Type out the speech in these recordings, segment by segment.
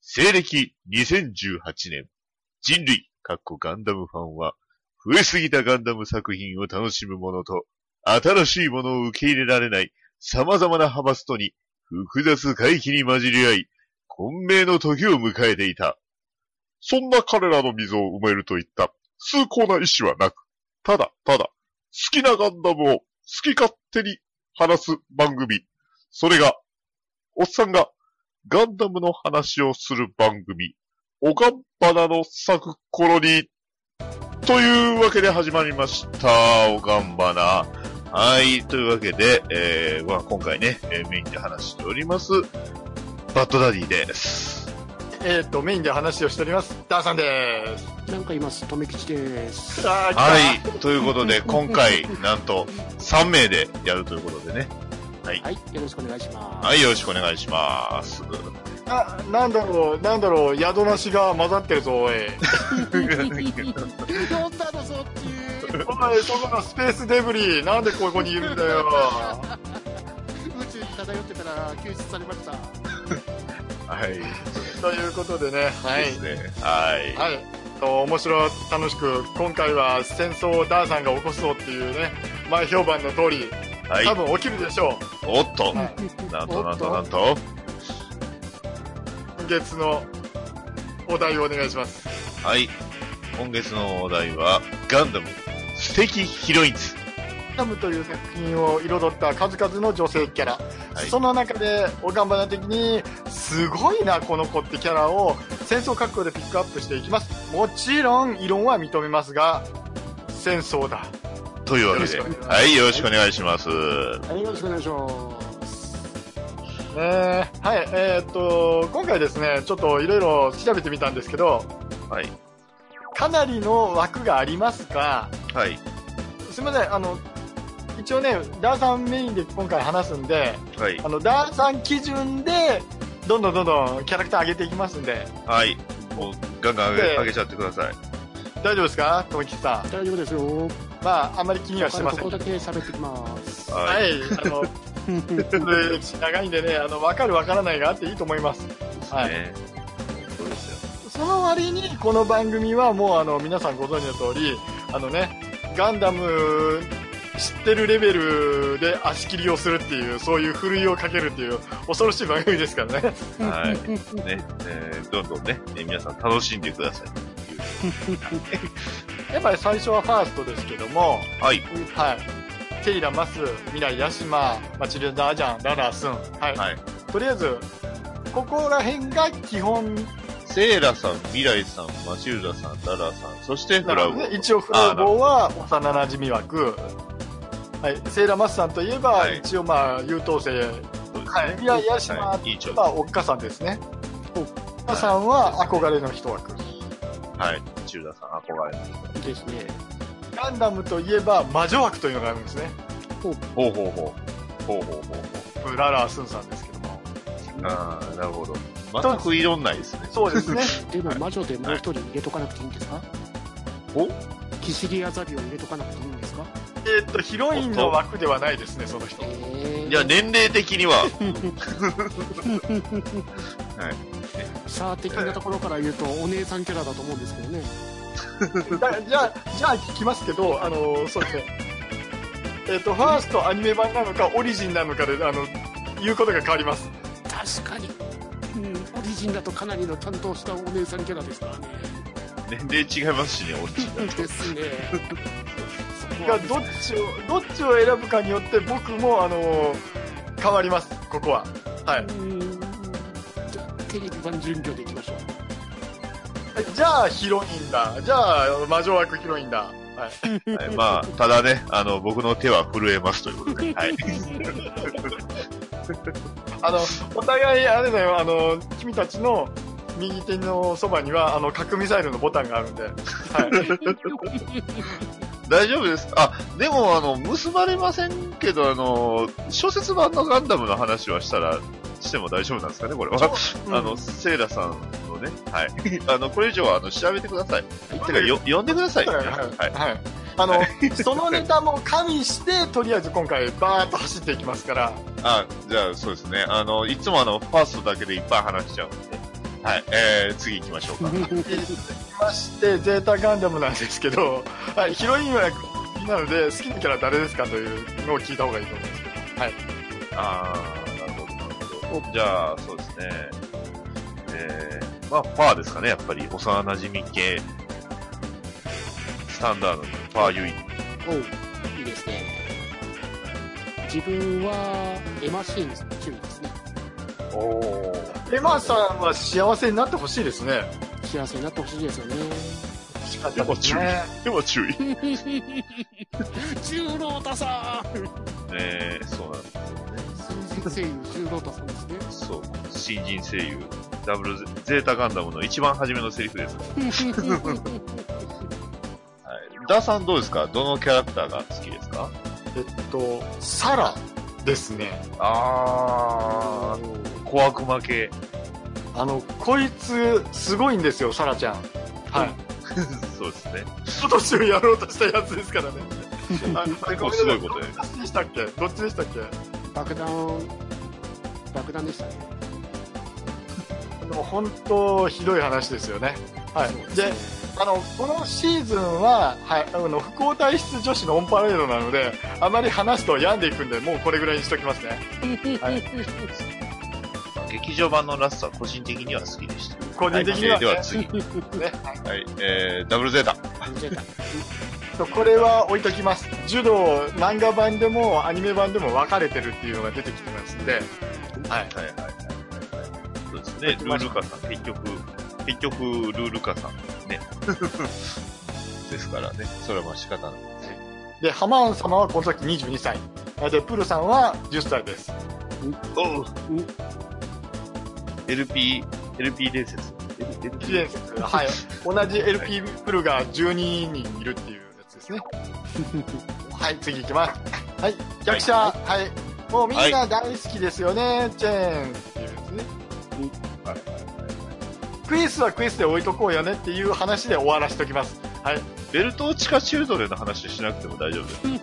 西暦2018年、人類、かっこガンダムファンは、増えすぎたガンダム作品を楽しむものと、新しいものを受け入れられない様々なハバストに複雑回帰に混じり合い、混迷の時を迎えていた。そんな彼らの溝を埋めるといった崇高な意志はなく、ただただ好きなガンダムを好き勝手に話す番組。それが、おっさんがガンダムの話をする番組、おかんばなの咲く頃に、というわけで始まりました、おかんばな。はい、というわけで、えーまあ、今回ね、えーメインで話しております、バッドダディです。えーっと、メインで話をしております。ダーさんです。なんかいます、とめきちです。あー来たはい、ということで、今回、なんと、3名でやるということでね。はい、よろしくお願いします。はい、よろしくお願いします。あ、なんだろう、なんだろう、宿なしが混ざってるぞ、おい。どんなのそっち宇おい、そこがスペースデブリ、なんでここにいるんだよ。宙に漂ってたら救出されました。はい、ということでね、はい。ですね。はい。はい。えっと面白い楽しく、今回は戦争をダーさんが起こそうっていうね、前評判の通り、はい多、分起きるでしょおっと、はなんとなんとなんと、う。今月のお題をお願いします。はい、今月のお題は、ガンダム、素敵ヒロインズ。ガンダムという作品を彩った数々の女性キャラ、はいその中でおがんばな的にすごいなこの子ってキャラを戦争覚悟でピックアップしていきますもちろん異論は認めますが戦争だというわけで、よろしくお願いしますはい、よろしくお願いします。はい、よろしくお願いします。えーはいえーっと今回ですねちょっといろいろ調べてみたんですけどはい、かなりの枠がありますがはい、すいませんあの一応ねダーさんメインで今回話すんではいあ、のダーさん基準でどんどんどんどんキャラクター上げていきますんではい、もう、ガンガン上げで上げちゃってください。大丈夫ですか、ともきさ大丈夫ですよ。ん。まあ、あんまり気にはして他のまとこせん。はだけ喋ってきます。はい、い、あの、これ歴史長いんでね、あの、わかるわからないがあっていいと思います。はいねそうですよ。その割に、この番組はもう、あの、皆さんご存知の通り、あのね、ガンダム、知ってるレベルで足切りをするっていう、そういうふるいをかけるっていう、恐ろしい番組ですからね。はいね、えーどんどんね、えー皆さん楽しんでください。やっぱり最初はファーストですけども、はい、はい。テイラ、マス、未来、ヤシマ、マチルダ、アジャン、ララ、スン。はい。はいとりあえず、ここら辺が基本セイラさん、未来さん、マシュルダさん、ダラさん、そしてフなラのウで、ボ。ね、一応フラボーは幼なじみ枠、はい、セイラ・マスさんといえば、はい一応まあ優等生、はい、未来ヤシマはい、いいと調まはあおっかさんですねおっかさんは憧れの一枠い、マシュルダさん、憧れの人。ですね。ガンダムといえば魔女枠というのがあるんですねほうほうほう。ほうほうほうほう。ララースンさんですけどもああ、なるほど。全く色んないですね。そう ですねでも魔女でもう一人入れとかなくていいんですかおキシリアザビを入れとかなくていいんですかえーっとヒロインの枠ではないですねその人えーいや、年齢的に は、さあ、的なところから言うと、お姉さんキャラだと思うんですけどね。だじゃあじゃあ聞きますけどあのそうですねえーっとファーストアニメ版なのかオリジンなのかであの言うことが変わります確かに。うん、オリジンだとかなりのちゃんとしたお姉さんキャラですからね。年齢違いますしね、俺。ですね。そこがはどっちをどっちを選ぶかによって僕もあの変わりますここははいうんじゃあテレビ版準拠でいきま しょう。じゃあヒロインだじゃあ魔女枠ヒロインだはい はい、まあ、ただね、あの、僕の手は震えますということで。 はい。あ のお互いあれだよあの君たちの右手のそばにはあの核ミサイルのボタンがあるんで、はい、大丈夫ですかあ、でも、あの、結ばれませんけど、あの、小説版のガンダムの話はしたら、しても大丈夫なんですかね、これは。う んあの、セイラさんのね、はい。あの、これ以上は、あの、調べてください。てか、よ、呼んでください。はいはい。はいあのそのネタも加味してとりあえず今回バーッと走っていきますからあ、じゃあ、そうですね。あの、いつもあの、ファーストだけでいっぱい話しちゃうんで。はい。えー、次行きましょうか。えー続きまして、ゼータガンダムなんですけど、はい、ヒロインはなので、好きなキャラ誰ですかというのを聞いた方がいいと思うんですけど、はい。あー、なるほど、なるほど。じゃあ、そうですね。えー、まあ、パーですかね、やっぱり。幼馴染系。スタンダードのパーユイ。おういいですね。自分は、エマシーン中ですね。おー。エマさんは幸せになってほしいですね。幸せになってほしいですよ ね。しかっでも注意。でも注意。十郎太さ んえー、そうなんですよね。新人声優十郎太さんですね。そう。新人声優。ダブルゼゼータガンダムの一番初めのセリフです。はい。ダーさんどうですかどのキャラクターが好きですかえっと、サラですね。あー、小悪魔系。 あの、こいつ、すごいんですよ、サラちゃん。はい。そうですね。今年をやろうとしたやつですからね。 あ結構すごいことやるどっちでしたっけどっちでしたっけあ爆弾、爆弾でしたね。の、本当ひどい話ですよね。はい。で、あの、このシーズンは、はい、あの、不幸体質女子のオンパレードなので、あまり話すと病んでいくんで、もうこれぐらいにしときますね。はい劇場版のラストは個人的には好きでした。個人的には、い、ねでは 次。はい、えー、ダブルゼータ。間違えたこれは置いときます。柔道、漫画版でもアニメ版でも分かれてるっていうのが出てきてますんで、はい。はいはいはいはいはい。そうですね、ルールカさん、結局、結局、ルールカさんです ね。ですからね、それはまあ仕方ない。で、ハマーン様はこの時22歳。で、プルさんは10歳です。おう !LP、LP 伝説。記念説。はい。同じ LP プルが12人いるっていうやつですね。はい、次行きます。はい、逆者。はい。もうみんな大好きですよね、チェーンっていうやつね。クイズはクイズで置いとこうよねっていう話で終わらしておきます。はい。ベルトーチカチュードレンの話しなくても大丈夫です。もう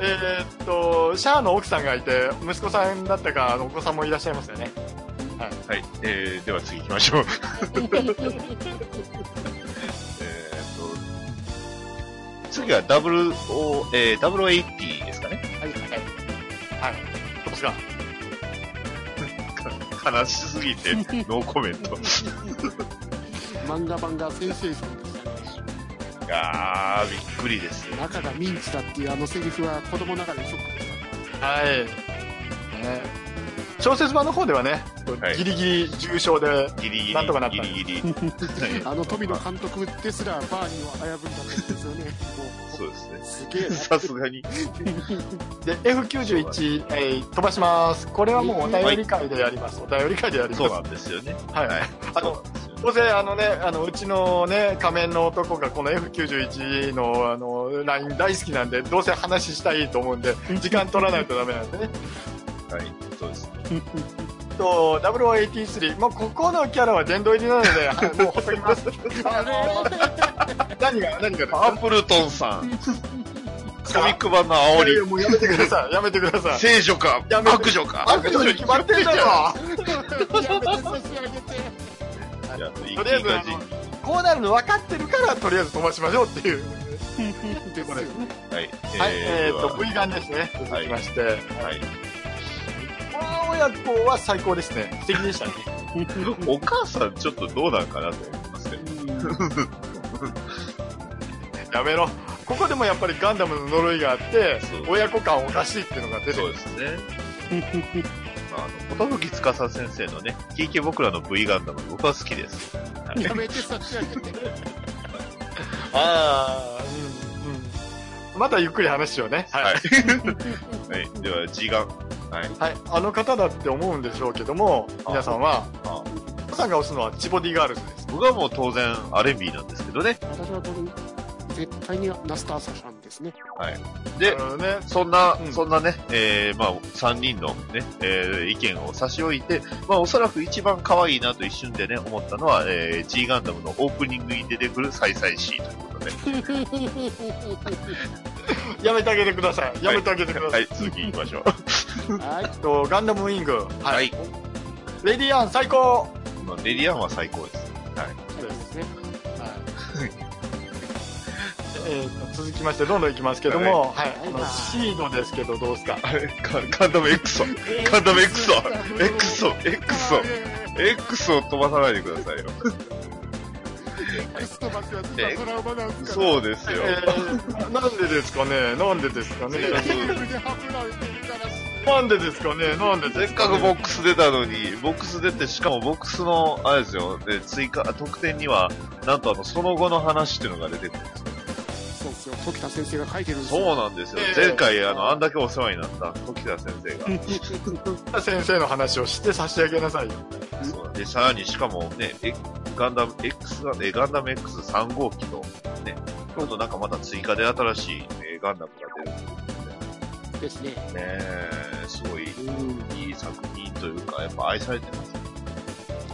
えーっと、シャアの奥さんがいて、息子さんだったか、あのお子さんもいらっしゃいますよね。はい、えー、では次行きましょう。 えーっと、次は WO、えー、WAP ですかね。はい、はい。はい。こちら。悲しすぎて、ノーコメン ト。漫画版がセンセーションでしたね。あー、びっくりですよ。中がミンチだっていうあのセリフは子供ながらにショックでした。はい。ね、小説版の方ではね、はいギリギリ重症で、ギリギリ。なんとかなったギリギリ。はいあの富野監督ですらバーには危ぶんだったんですよね。そうですねもう、。すげえ な。さすがに。で F91、えー飛ばします。これはもうお便り会でやります。お便り会でやります。そうなんですよね。はい。はいそあうなのんですよね当然、あのね、あの、うちのね、仮面の男がこの F91 の、あの、ライン大好きなんで、どうせ話したいと思う んで、時間取らないとダメなんでね。はい、そうですね。と、0083、もうここのキャラは殿堂入りなので、 はいもうほっときます。あの、何が、何がですアかンプルトンさ ん。コミック版の煽いやいやり。もうやめてください。やめてくだ さい。聖女か、やめて悪女か。悪女に決まってんだろやめて差し上げて。いやいいとりあえず感じあのこうなるの分かってるから、とりあえず飛ばしましょうっていでう。すよね。はい。はい、えでー、はと、V ガンですね。続きまして。はい。この親子は最高ですね。素敵でしたね。お母さん、ちょっとどうなんかなと思いますけど。 やめろ。ここでもやっぱりガンダムの呪いがあってそう、親子感おかしいっていうのが出てそくうるで。 すね。まああの、寿司先生のね、キーケ僕らの V ガンダム、僕は好きです。はいやめて差し上げて。ああ、うん、うん。またゆっくり話しようね。はい。はい。では、G ガン。はい。はい、あの方だって思うんでしょうけども、皆さんは、あお父さんが押すのはチボディガールズです。僕はもう当然、アレンビーなんですけどね。私はこれ、絶対にナスターサシャンですね。であ、のね、そんな、うんそんなね、えー、まあ、3人のね、えー、意見を差し置いて、まあ、おそらく一番可愛いなと一瞬でね、思ったのは、えー、G ガンダムのオープニングに出てくるサイサイ C ということで。やめてあげてください。やめてあげてくださ。はいい、続き行きましょう。はい。とガンダムウィング、はい。レディアン最高まあ、レディアンは最高です。はい。最高ですね。はいえーと続きまして、どんどんいきますけども、はい、あの、シードですけど、どうですかあれ、ガガンダム X を、ガンダム X を、X を、X を、X を飛ばさないでくださいよ。 X とバスは実はトラウマなんですから。そうですえよ。ーなんでですかねなんでですかねキングでハブられてるからなんでですかねなんでせでっすかかくねボックス出たのに、ボックス出て、しかもボックスの、あれですよ、で追加、得点には、なんとあの、その後の話っていうのが出てくるんですよ。そうですよ。時田先生が書いてるんですよ。そうなんですよえ。え前回、あの、あんだけお世話になった、時田先生が。先生の話をして差し上げなさいよ。そうで、さらにしかもね、えガンダム X が、えガンダム X3 号機と、ね、今度なんかまた追加で新しい、えガンダムが出るですね。んでねえ、すごいうん。いい作品というか、やっぱ愛されてますね。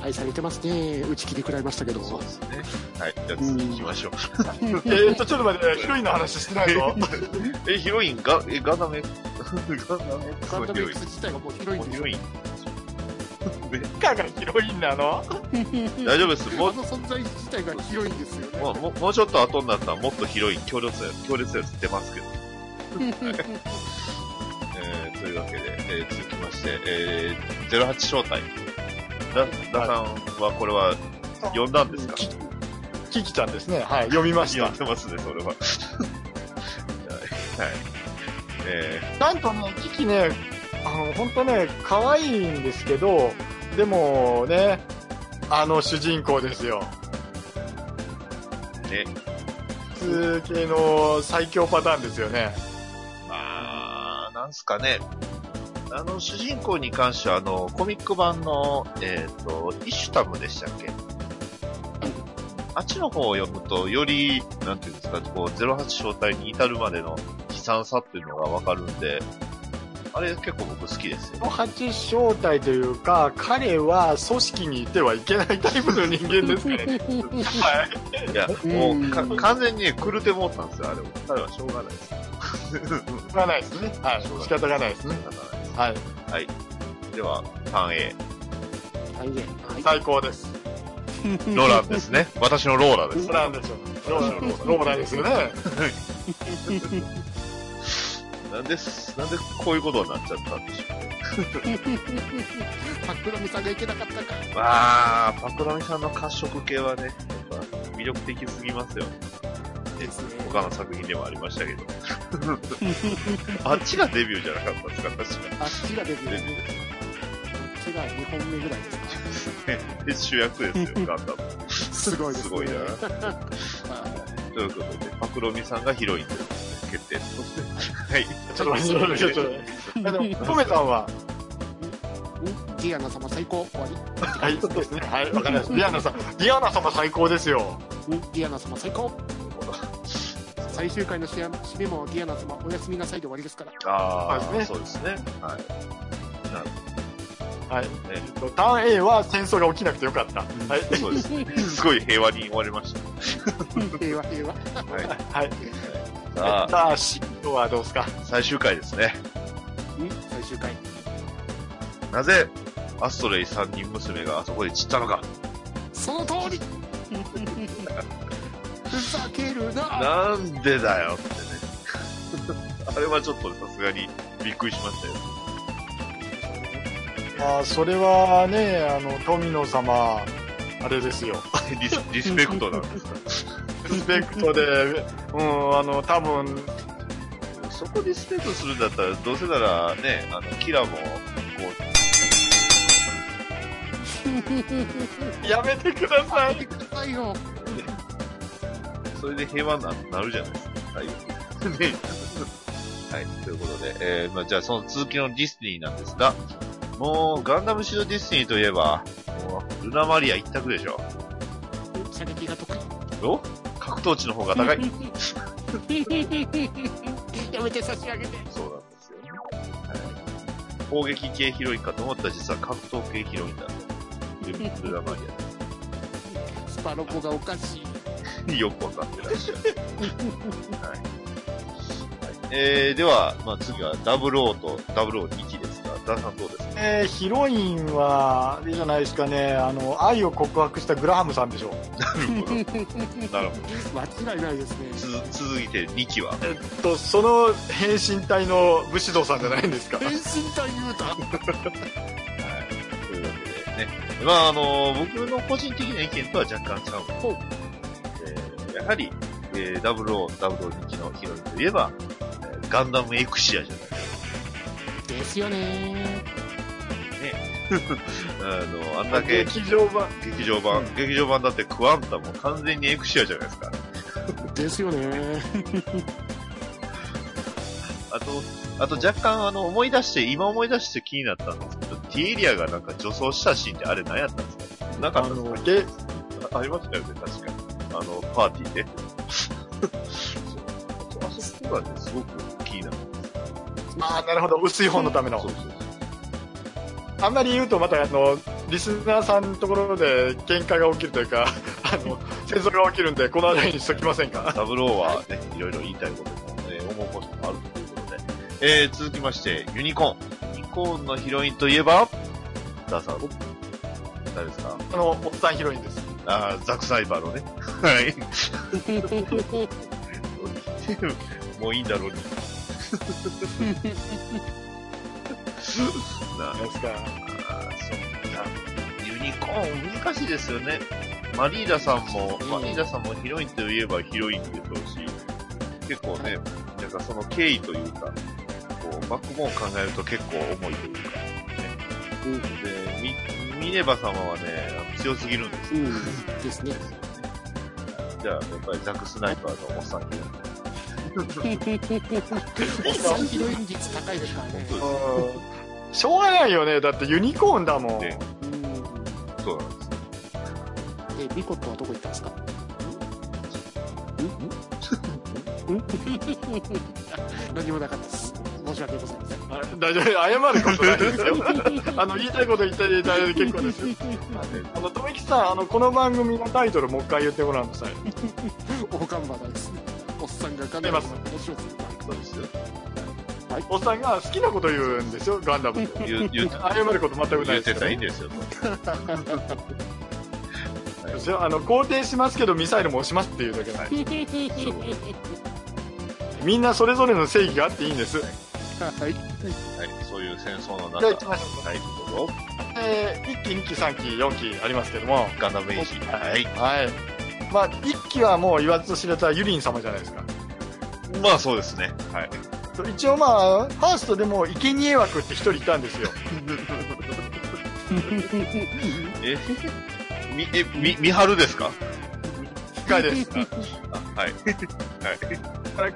愛されてますね。打ち切り食らいましたけど。そうですね。はい、じゃあ次行きましょう。えー、と、ちょっと待って、ヒロインの話してないぞ。 え、ヒロインが、え、ガンダム X、ガンダム X ガンのダヒムロイ X 自体がもう広いんン。ヒですよロイン。カがヒロインなの大丈夫です。あものう、存在自体が広いんですよね。もう、もうもうちょっと後になったらもっとヒロイン、強烈なやつ、強烈なやつ出ますけど。えー、というわけで、えー、続きまして、えー、08招待。ラ、ラさんはこれは、読んだんですかキキキちゃんですね。はい、読みまし読たん。でますね、それは。はい。 はいえなんとね、キキね、あの、ほんとね、可愛いんですけど、でもね、あの主人公ですよ。ー、ね、普通系の最強パターンですよね。まあ、なんすかね。あの、主人公に関しては、あの、コミック版の、えっ、と、イシュタムでしたっけあっちの方を読むと、より、なんていうんですか、こう、08招待に至るまでの悲惨さっていうのがわかるんで、あれ結構僕好きですよ。の八正体というか、彼は組織にいてはいけないタイプの人間で すからね。はい。いや、うもんうか、完全にね、狂ってもうたんですよ、あれを。彼はしょうがないです。仕方がないですね。はい。しょうがない仕方がないですね。だからねはい。では、3A、 大変。はい最高です。ローランですね。私のローラです。そうなんでしょう。ローラローラですよね。なんです、なんでこういうことになっちゃったんでしょうね。パックラミさんがいけなかったか。まあ、パクラミさんの褐色系はね、やっぱ魅力的すぎますよ。すね他の作品でもありました けど。あっちがデビューじゃなかったですか、確か。あっちがデビデュビー。ュこっちが2本目ぐらいですか。ーで主役ですよ、ガンダム。すごいですすね。ごいなはということで、パクロミさんがヒロインということで決定として。はい。ちょっと待ってちょっと待ってあでも、トメさんは、い。ディアナ様最高。終わり。はい、そうですね。はい、わかりました。ディアナさん、ディアナ様最高ですよ。ディアナ様最高。最終回の試合締めもディアナ様おやすみなさいで終わりですから。ああ、そそうですね。はい。なるはい。ほどね。ターン A は戦争が起きなくてよかった。はい。そうですね。 すごい平和に終わりました。平和平和。はい。はい。さあ、さあ、シードはどうですか最終回ですね。最終回。なぜ、アストレイ三人娘があそこで散ったのか。その通り。ふざけるな。なんでだよってね。 あれはちょっとさすがにびっくりしましたよ。 まあ、それはね、あの、富野様、あれですよ。リスリスペクトなんですか。 リスペクトで、うん、あの、多分、そこリスペクトするんだったら、どうせならね、あの、キラも、こやめてくださやめい。てくださいよ。う、それで平和にななるじゃないですか。はい。 ねはい、ということで、えー、まあじゃあその続きのディスティニーなんですが、もう、ガンダムシドディスティニーといえば、もう、ルナマリア一択でしょ。射撃が得意。お格闘値の方が高い。やめて差し上そうなげて。んですよ、はい。攻撃系ヒロインかと思ったら実は格闘系ヒロインだと。ルラマリスパロコがおかしい。アです。よくわかってらっしゃる。はいはいえー、では、まあ、次は00と002 1ですが、ダンさんどうですかえーヒロインは、あれじゃないですかね、あの、愛を告白したグラハムさんでしなょ。るほど。なるほど。間違いないですね。つ続いて2期はえっと、その変身体の武士道さんじゃないんですか。変身隊言うとた。いうわけでね。まあ、あの僕の個人的な意見とは若干違うほうえーやはり、えー、00、00日のヒロインといえば、えーガンダムエクシアじゃないですよね。あの、あんだけ劇場版。劇場版、うん劇場版だってクワンタも完全にエクシアじゃないですか。ですよね。あと、あと若干あの思い出して、今思い出して気になったんですけど、ティエリアがなんか女装したシーンってあれ何やったんですかなかっあたですのか、ゲ、あありましたよね、確かに。あの、パーティーで。そうあそこがね、すごく気になる。あーなるほど、薄い本のためのそう。そうそう。あんまり言うとまた、あの、リスナーさんのところで喧嘩が起きるというか、 あの、戦争が起きるんで、この辺りにしときませんか。ダブローはね、いろいろ言いたいことも、えー思うこともあるということで。えー、続きまして、ユニコーン。ユニコーンのヒロインといえば、ダーさん。誰ですかあの、おっさんヒロインです。あーザクサイバーのね。はい。 もういいんだろうに。なであーそっすか。か。ユニコーン難しいですよね。マリーダさんも、うんマリーダさんもヒロインといえばヒロインでしょうし、結構ね、なんかその経緯というか、こう、バックボーンを考えると結構重いというか、うんで、ミミネバ様はね、強すぎるんですうよ。ん、ですね。じゃあ、やっぱりザクスナイパーのおっさんに。おっさんヒロイン率高いですからね。本うんしょうがないよね。だってユニコーンだもん。ねうん。そうなんです。え、ビコットはどこ行ったんですかんん何もなかったです。申し訳ございません。あ大丈夫、謝ることないですよ。 あの、言いたいこと言っていただいて結構ですよ。あの、とめきさん、あの、この番組のタイトルもう一回言ってごらんなさい。おかんばだですね。おっさんがガンダムの話をするそうですよ。おっさんが好きなこと言うんですよ、ガンダム。 言 う、言う、謝ること全くない言でっすてけたどらいいんですよ。ですよあの、肯定しますけど、ミサイルも押しますっていうだけない。みんなそれぞれの正義があっていいんです。はい。はい、そういう戦争のじゃ中あ行き、ましょうか。はい、どうぞ。えー、1期、2期、3期、4期ありますけども。ガンダムエイジ。はい。はい。まあ、1期はもう言わずと知れたユリン様じゃないですか。まあそうですね。はい。そう一応まあ、ファーストでも生贄枠って一人いたんです よ。え、み、え、み、みはるですか一回です。 あ、はい。はい。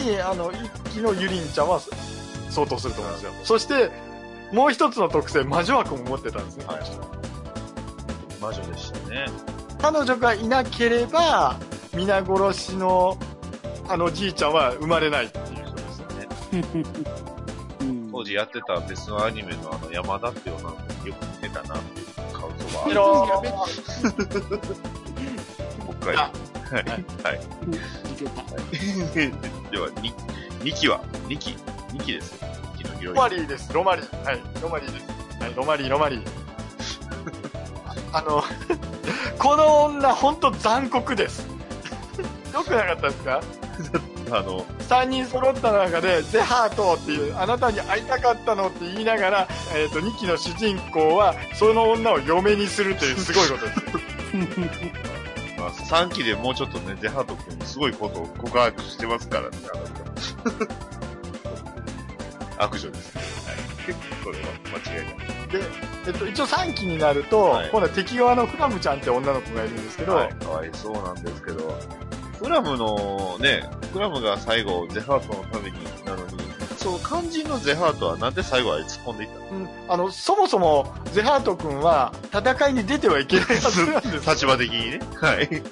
に、あの、一期のユリンちゃんは相当すると思うんですよ。そして、もう一つの特性、魔女枠も持ってたんですね。はい。魔女でしたね。彼女がいなければ、皆殺しの、あのじいちゃんは生まれないっていうことですね。ねうん当時やってた別のアニメのあの山田っていう女の子によく似てたなっていう感想はあいるろもう一回。あはい。はい。いけた。では、に、二期は、二期、二期ですよ。二期のヒロロインマリーです、ロマリー。はい、ロマリーです。はい、ロマリー、ロマリー。 あの、 この女、ほんと残酷 です。よくなかったですかあの、 3人揃った中で「ゼハート」っていう「あなたに会いたかったの」って言いながら、えー、と2期の主人公はその女を嫁にするという すごいことですまあ、3期でもうちょっとね、ゼハート君、すごいことを告白してますからね、あの人 悪女ですね。はい。それは間違いない。で、えっと一応3期になると、はい今度は敵側のフラムちゃんって女の子がいるんですけど、はい、かわいそうなんですけど、フラムのね、フラムが最後、ゼハートのためになのに、そう、肝心のゼハートはなんで最後あれ突っ込んでい ったのうんあのそもそもゼハート君は戦いに出てはいけないはずなんです立場的にね。 はい。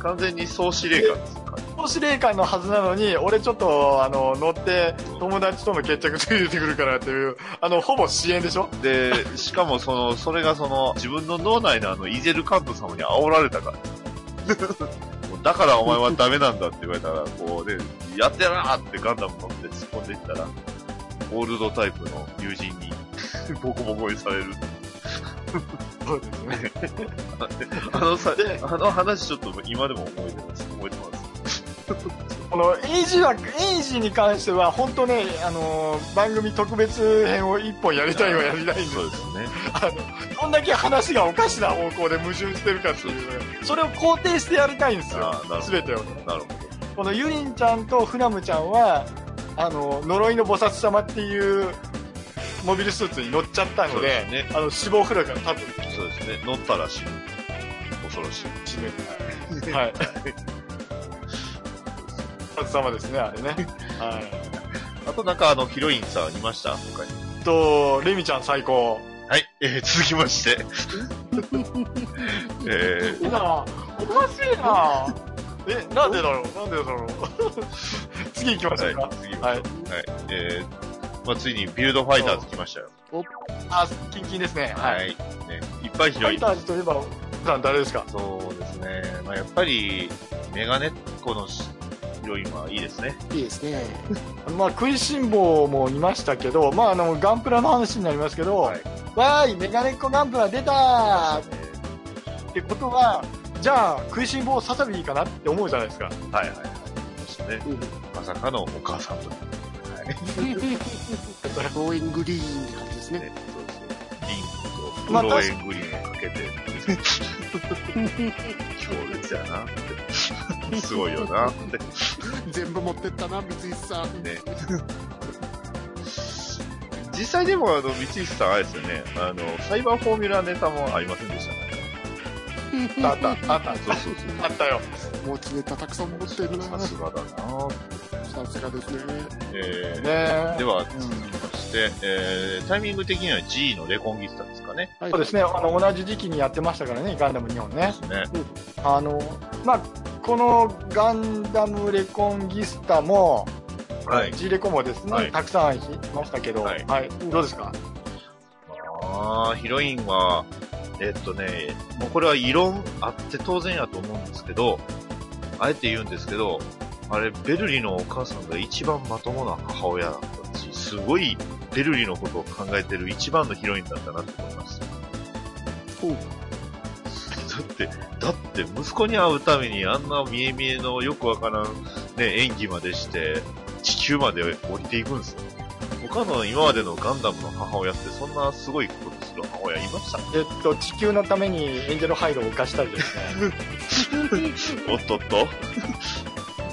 完全に総司令官ですよ。総司令官のはずなのに俺ちょっとあの乗って友達との決着ついてくるからっていうあのほぼ支援でしょで、しかもその、それがその、自分の脳内のあの、イゼルカント様に煽られた から。だからお前はダメなんだって言われたら、こうね、やってやらーってガンダム乗って突っ込んでいったら、オールドタイプの友人に ボコボコにされる。そうですね。 あのさ、あの話ちょっと今でも覚えてます。覚えてます。このエイジは、エイジに関しては、本当ね、あのー番組特別編を一本やりたいはやりたいんですそうですね。あの、どんだけ話がおかしな方向で矛盾してるかっていうのが、それを肯定してやりたいんですよああ、なる。ほすべてを。ど。なるほど。このユリンちゃんとフナムちゃんは、あの、呪いの菩薩様っていうモビルスーツに乗っちゃったそのうでで、すね。あの、死亡フラグが多分そうですね。乗ったら死ぬ。恐ろしい。死ぬ。はい。お疲れ様ですね、あれね。はい。あとなんかあの、ヒロインさんいました他に。と、レミちゃん最高。はい。えー、続きま して。えいいなおかしいなえ、なんでだろうなんでだろう 次行きましょうー、か。はい。次は、ははい。い。えー、まあ、ついにビルドファイターズ来ましたよ。あ、キンキンですね。はい。い。ね、いっぱいフヒロァイインタ。ーズといえば、普段誰ですかそうですね。まあ、やっぱり、メガネっ子のヒロインはいいですね。いいですね。まあ、食いしん坊もいましたけど、まあ、あの、ガンプラの話になりますけど、はいわーい、メガネっ子ガンプラ出たーってことは、じゃあ、食いしん坊を刺さびいいかなって思うじゃないですか。はいはいはい。そしてね、うんまさかのお母さんと。応援グリーンって感じですね。ね、そうですね。銀まと、あフロエングリーンをかけて、 強烈やなって。 すごいよなって。全部持ってったな、三井さん。ね実際でも、あの、道石さん、あれですよね。あの、サイバーフォーミュラネタもありませんでしたね。あった、あった、そうそうそう。あったよ。持ちネタたくさん持ってるな。さすがだなさすがですね。えーねえでは、続きまして、えー、タイミング的には G のレコンギスタですかね。はいそうですね、あの、同じ時期にやってましたからね、ガンダム日本ね。ね。あの、まあ、このガンダムレコンギスタも、はい。 G レコもですね、はいたくさんいましたけど、はいどうですかあーヒロインは、えっとね、もうこれは異論あって当然やと思うんですけど、あえて言うんですけど、あれ、ベルリのお母さんが一番まともな母親だったし、すごいベルリのことを考えてる一番のヒロインだったなって思いました。ほうだって、だって息子に会うためにあんな見え見えのよくわからん、ね、演技までして、地球まで降りていくんですよ。他の今までのガンダムの母親ってそんなすごいことする母親いましたえっと、地球のためにエンジェルハイロを犯したりですね。おっとっと。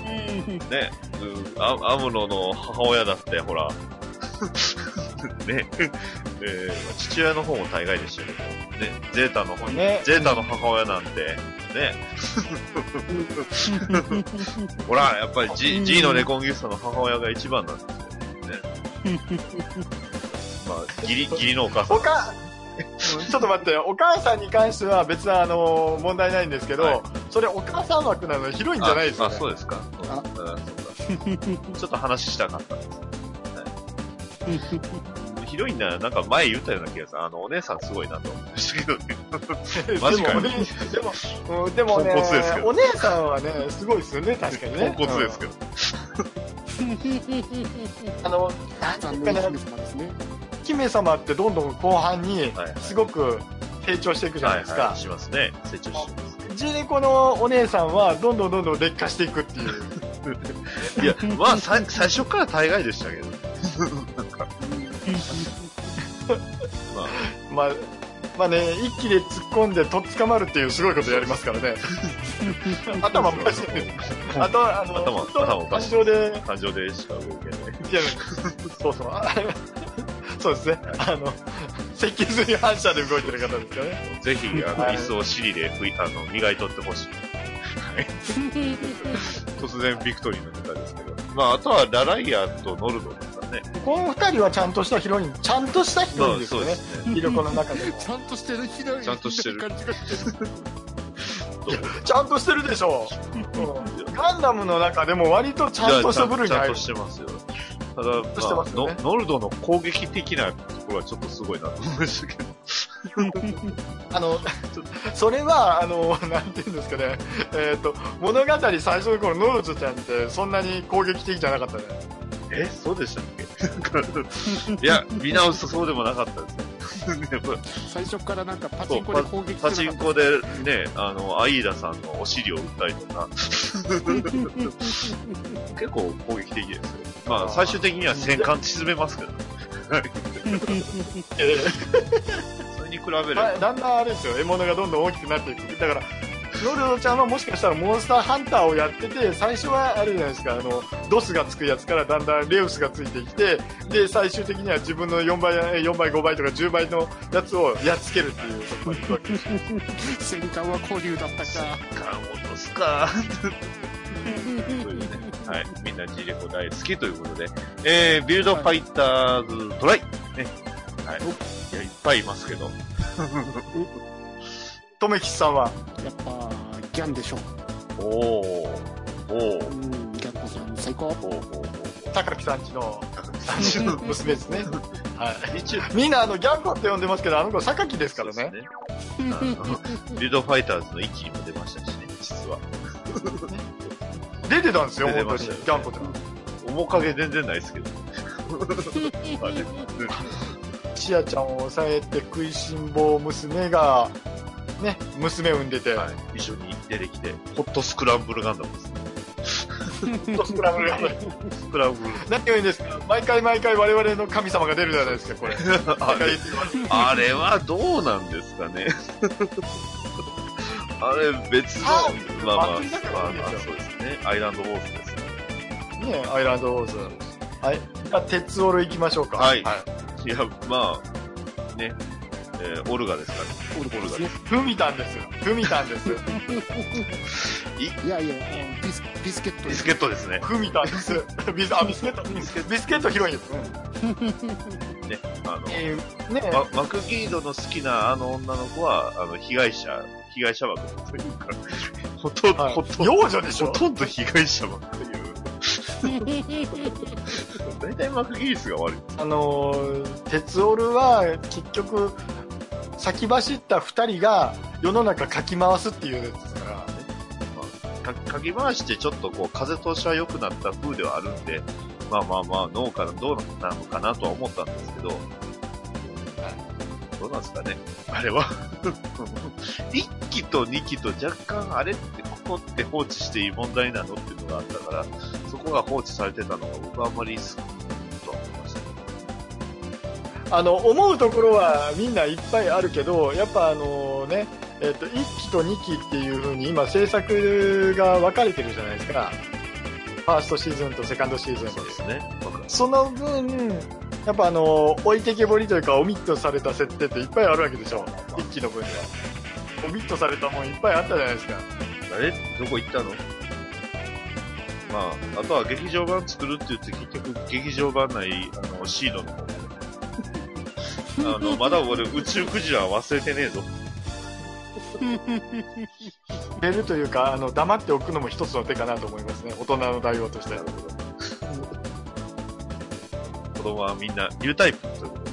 ね、うんアアムロの母親だって、ほ ら。ね、えーまあ父親の方も大概でしたけど、ね、ゼータの方に、ねゼータの母親なんて、ね。ほら、やっぱり G, G のレコンギスタの母親が一番なんですよ。まあ、ギリ、ギリのお母さんお。か、 ちょっと待って、お母さんに関しては別にあの、問題ないんですけど、はいそれお母さん枠なの広いんじゃないですあか、あ、ねそうですか。うんうあんそうかちょっと話したかったんです。ひどいんなら、なんか前言ったような気がする。あの、お姉さんすごいなと思いましたけどね。でマジかよもね、でも、うんでもねポンコツですけ、どお姉さんはね、すごいですよね、確かにね。 ポンコツですけど。うんあの、残念な姫様ですね。姫様ってどんどん後半にはい、すごく成長していくじゃないですか。はいはい、しますね。成長します。ジーネコのお姉さんはどんどんどんどん劣化していくっていう。いや、まあ、さ最初から大概でした けど。なんか、まあ、まあ、まあね、一気で突っ込んでとっ捕まるっていうすごいことやりますからね。頭おかしいです。あと、あの、頭本当頭おかしい感情で、感情でしか動けない。いや、そうそう。あそうですね。あの、接近する反射で動いてる方ですからね。ぜ ひ、あの、はい椅子を尻で拭い、あの、磨いとってほしい。突然ビクトリーのネタですけど。まあ、あとはラライアとノルドですかね。この二人はちゃんとしたヒロイン、ちゃんとしたヒロインですそうよでね。すね。ヒロコの中でも。ちゃんとしてるひどい。ちゃんとしてる感じがしてる。ちゃんとしてるでしょ。うんガンダムの中でも割とちゃんとした部類ちにゃん入ると。してますよ。たとしてだ、ままあすよのねノルドの攻撃的なところはちょっとすごいなと思いましたけど。あの、ちょそれは、あの、なんていうんですかね、えっ、と、物語最初の頃、ノルズちゃんってそんなに攻撃的じゃなかったね。え、そうでしたっけ なんかいや、見直すとそうでもなかったですね。 やっぱ最初からなんかパチンコで攻撃パすチるンコでね、あの、アイーダさんのお尻を打ったりとか、結構攻撃的ですよ。まあ、最終的には戦艦沈めますけど、えそれに比べれえば、はいだんだんあれですよ獲物がどんどん大きくなっていくだからノルドちゃんはもしかしたらモンスターハンターをやってて最初はあれじゃないですかあのドスがつくやつからだんだんレウスがついてきてで最終的には自分の4倍4倍5倍とか10倍のやつをやっつけるっていうそこまで行くわけですよ戦艦は交流だったか戦艦落とす か。というね、はい、みんなジレコ大好きということで、えー、ビルドファイターズトライ、ね、はい、いや、いっぱいいますけど、とめきちさんはやっぱギャンでしょおー、おうー、んギャンコさん最高おー、おー、おー、高木さんちのあのお娘ですね、はー、一応、い、みんなあのギャンコって呼んでますけどあの子榊ですからねあ のビルドファイターズの一期にも出ましたしね、実は。出てたんですよ出て本当まにしギたよねャンコってのは面影全然ないですけど。まあねチアちゃんを抑えて食いしん坊娘がね娘産んでて、はい、一緒に出てきて、ホットスクランブルガンダムですね。スクランブルガンダムスクランブル。 何を言うんですか毎回毎回我々の神様が出るじゃないですかこれあれあれはどうなんですかね。 あれ別のあ、まあまあ、祭りだからまあいいまであすそようですね。アイランドホースですね。ねアイランドウォーズはいじゃあ鉄オル行きましょうかはいいや、まあ、ね、えーオルガですから、オルゴルですねふみたんですふみたんです いやいやビスビスケットビスケットですね。ふみたんです ビスあビスケットビスケットビスケット広いですね、あの、えーねま、マクギードの好きなあの女の子は、あの、被害者、被害者枠というか、ほとんど、はいほとんど、幼女でしほょとんど被害者枠という。大体マクギースが悪い。あのー鉄オルは結局先走った2人が世の中かき回すっていうやつですかか、らかぎ回してちょっとこう、風通しは良くなった風ではあるんで、まあまあまあ、農家のどうなのかなとは思ったんですけど、どうなんですかね。あれは、1期と2期と若干あれって、ここって放置していい問題なのっていうのがあったから、そこが放置されてたのが僕はあんまりすとは思いましたね。あの思うところはみんないっぱいあるけどやっぱあのね、えっと1期と2期っていう風に今制作が分かれてるじゃないですかファーストシーズンとセカンドシーズンそうですね。僕はその分やっぱあの置いてけぼりというかオミットされた設定っていっぱいあるわけでしょ1期の分ではオミットされたもんいっぱいあったじゃないですか誰どこ行ったのまあ、あとは劇場版作るって言って結局劇場版内、あの、シードの方で。あの、まだ俺宇宙クジラは忘れてねえぞ。出るというかあの黙っておくのも一つの手かなと思いますね大人の対応としては子供はみんなニュータイプということで。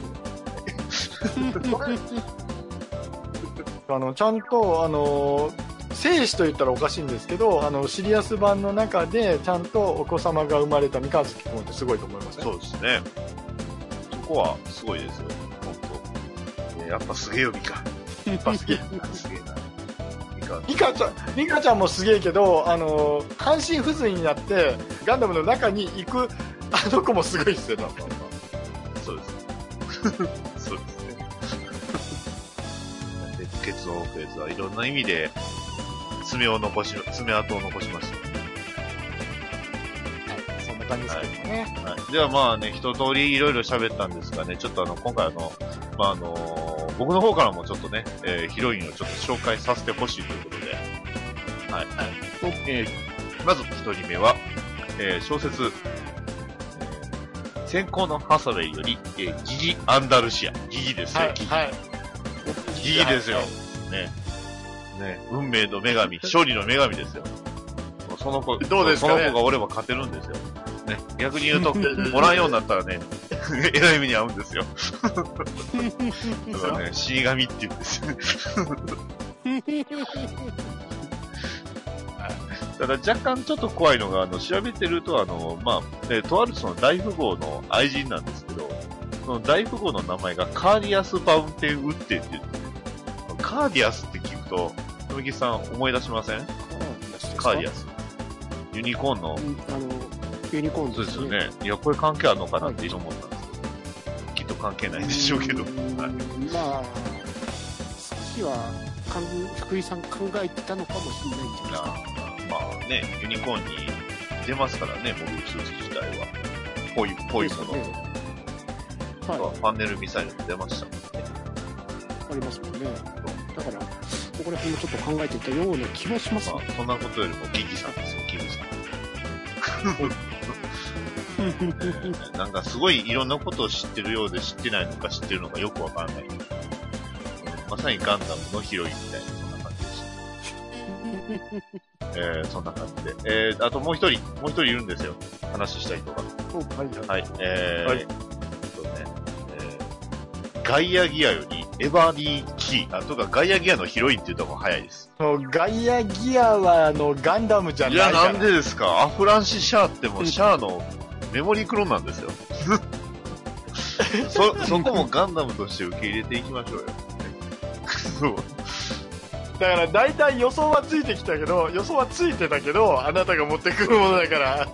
あのちゃんとあの精子と言ったらおかしいんですけどあのシリアス版の中でちゃんとお子様が生まれた三日月君ってすごいと思いますねそうですね。そこはすごいですよ。本当。えーやっぱすげえよ、ミカ。やっぱ好きすげえな。ミカ。ミカちゃんミカちゃんもすげえけどあの半身不随になってガンダムの中に行くあの子もすごいですよそうです。そうですね。で不潔のフェーズはいろんな意味で爪を残し、爪痕を残しましそんな感じですけどね、た。はい。ではまあね、一通りいろいろ喋ったんですがね、ちょっとあの、今回あの、まああの僕の方からもちょっとね、えーヒロインをちょっと紹介させてほしいということで、はい。えーまず一人目は、えー小説、えー先行のハサウェイより、えーギギ・アンダルシア。ギギですよ、ギギ。はいいいですよはい。ね。ね。運命の女神、勝利の女神ですよ。もうその子、どうですかねその子がおれば勝てるんですよ。ね。逆に言うと、おらんようになったらね、 えらい目に遭うんですよ。だからね、死神って言うんですよ。 ただ若干ちょっと怖いのが、あの、調べてると、あの、まあ、ね、とあるその大富豪の愛人なんですけど、その大富豪の名前がカーディアス・バウンテン・ウッデンって言っててカーディアスって聞くと、富木さん思い出しませんカーディアス。ユニコーンの、うんあの、ユニコーンそうですよね。いや、これ関係あるのかなって一瞬思ったんですけど、きっと関係ないでしょうけど。ーんはいまあ、少しは、かん福井さん考えてたのかもしれないんじゃないですなか。まあね、ユニコーンに出ますからね、モビルスーツ自体は。ぽい、ぽいもの。ですねはパネルミサイルも出ましたもんね。い、ありますもんね。だから、ここら辺もちょっと考えていたような気はしますまね。あ、そんなことよりもギギさんですよ、ギギさん。えーなんか すごいいろんなことを知ってるようで知ってないのか知ってるのかよくわからない。うんまさにガンダムのヒロインみたいな、そんな感じでした。えー、そんな感じで。えー、あともう一人、もう一人いるんですよ。話したい人が。はいははいい、えー、はいえっとね、えー、ガイアギアよりエバーニーキー、あ、とかガイアギアのヒロインっていうとこ早いです。あのガイアギアはあのガンダムじゃいなや、いからなんでですかアフランシシャアってもうシャアのメモリークローンなんです よ。そ、そこもガンダムとして受け入れていきましょうよ。そう。 だから大体予想はついてきたけど予想はついてたけどあなたが持ってくるものだから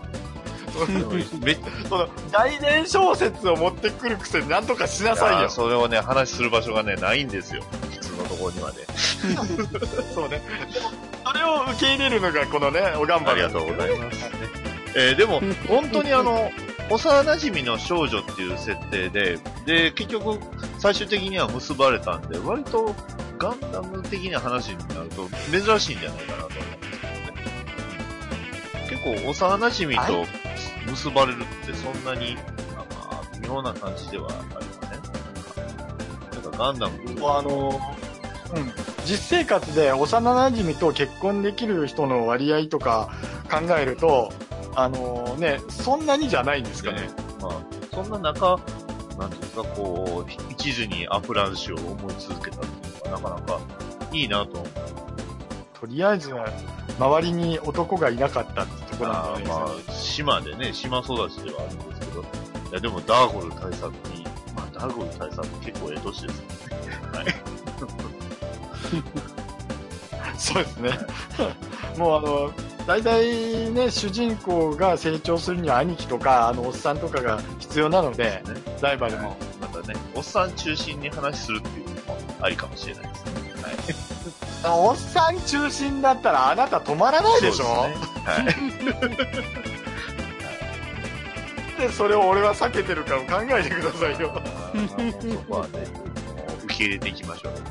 めっその大伝小説を持ってくるくせになんとかしなさいちゃ、よそれをね、話する場所がね、ないんですよ。普通のところにはね。そうねそれを受け入れるのがこのねおがんあばりがりだととうございます。えーでも、本当にあの、幼馴染の少女っていう設定で、で、結局、最終的には結ばれたんで、割とガンダム的な話になると、珍しいんじゃないかなと思うんですけどね。結構、幼馴染と結ばれるってそんなに、あまあ、微妙な感じではありません。なんかガンダムもうあのうん実生活で幼馴染と結婚できる人の割合とか考えるとあのねそんなにじゃないんですかねまあ、そんな中、なんていうか、こう、一途にアプランシュを思い続けたっていうのは、なかなかいいなと思う。とりあえずは周りに男がいなかったってところなんまあじゃないですかねまあ、島でね、島育ちではあるんですけど、いや、でもダーゴル大佐に、まあ、ダーゴル大佐って結構ええ年ですね。そうですね。もうあの、大体ね、主人公が成長するには兄貴とか、あの、おっさんとかが必要なので、ライバルも。またね、おっさん中心に話するっていうのもありかもしれないですね。はい。あおっさん中心だったらあなた止まらないでしょそうですねはい。でそれを俺は避けてるから考えてくださいよ。あーそこはね、もう受け入れていきましょう。はい。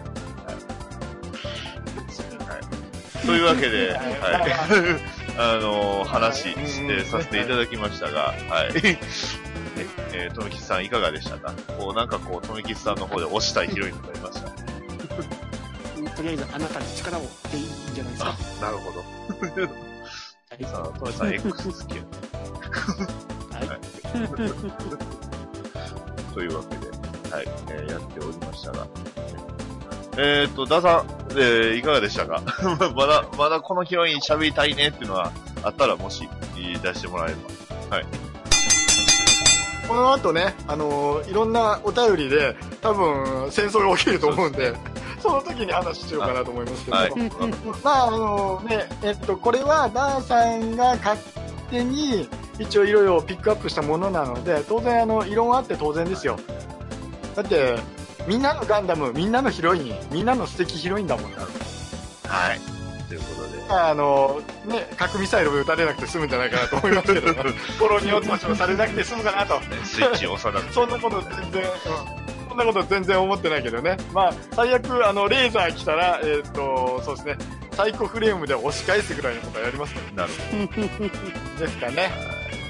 はい、というわけで、はい。 あのー話してさせていただきましたが、 はい。ええー、とめきさんいかがでしたかこう、なんかこう、とめきさんの方で押したいヒロインとかいましたとりあえず、あなたに力をっていいんじゃないですか。なるほど。はいさあ、とめ さん X 好きやね。はい というわけで、はい、えーやっておりましたが。えーっと、ダさん、えーいかがでしたか まだ、まだこのヒロイン喋りたいねっていうのはあったら、もし、言い出してもらえれば。この後ね、あのいろんなお便りで、多分戦争が起きると思うんで、その時に話しようかなと思いますけど。はい。まあ、あのね、えっと、これはダーさんが勝手に一応いろいろピックアップしたものなので、当然あの、異論はあって当然ですよ。だって、みんなのガンダム、みんなのヒロイン、みんなの素敵ヒロインだもんな。はい。ということで。あの、ね、核ミサイルを撃たれなくて済むんじゃないかなと思います けど、 フォローに落ちましもされなくて済むかなと。ねスイッチを押さなくてそんなこと全然、うん、そんなこと全然思ってないけどね。まあ、最悪、あの、レーザー来たら、えっ、と、そうですね、サイコフレームで押し返すぐらいのことはやりますなるですかね。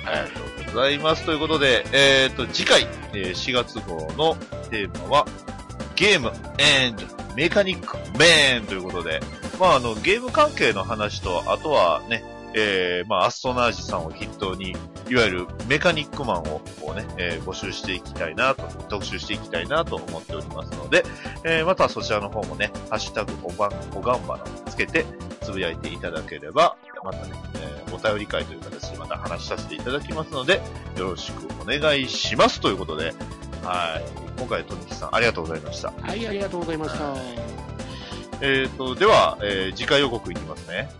ほど。ありがとうございます。ということで、えーっと、次回、えー4月号のテーマは、ゲーム and メカニック man ということで、まあ、あの、ゲーム関係の話と、あとはね、えー、まあ、アストナージさんを筆頭に、いわゆるメカニックマンをこうね、えー募集していきたいなと、特集していきたいなと思っておりますので、えーまたそちらの方もね、ハッシュタグおばん、おがんばらをつけて、つぶやいていただければ、またね、えーお便り会という形でまた話しさせていただきますので、よろしくお願いしますということで、はい。今回、富木さん、ありがとうございました。はい、ありがとうございました。えー、と、では、えー次回予告いきますね。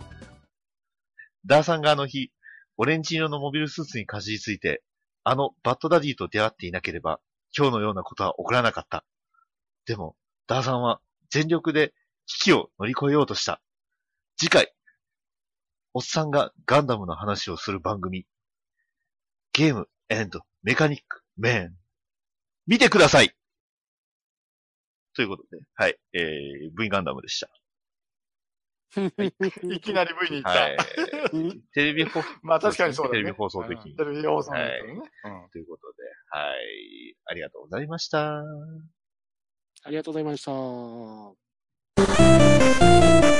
ダーさんがあの日、オレンジ色のモビルスーツにかじりついて、あのバッドダディと出会っていなければ、今日のようなことは起こらなかった。でも、ダーさんは全力で危機を乗り越えようとした。次回、おっさんがガンダムの話をする番組、ゲームメカニックメン。見てくださいということで、はい、えー、V ガンダムでした。いきなり V に行った。はい。テレビ放送、まあ確かにそうだね。テレビ放送的にテレビ放送の時にね。うんということで、はい。ありがとうございました。ありがとうございました。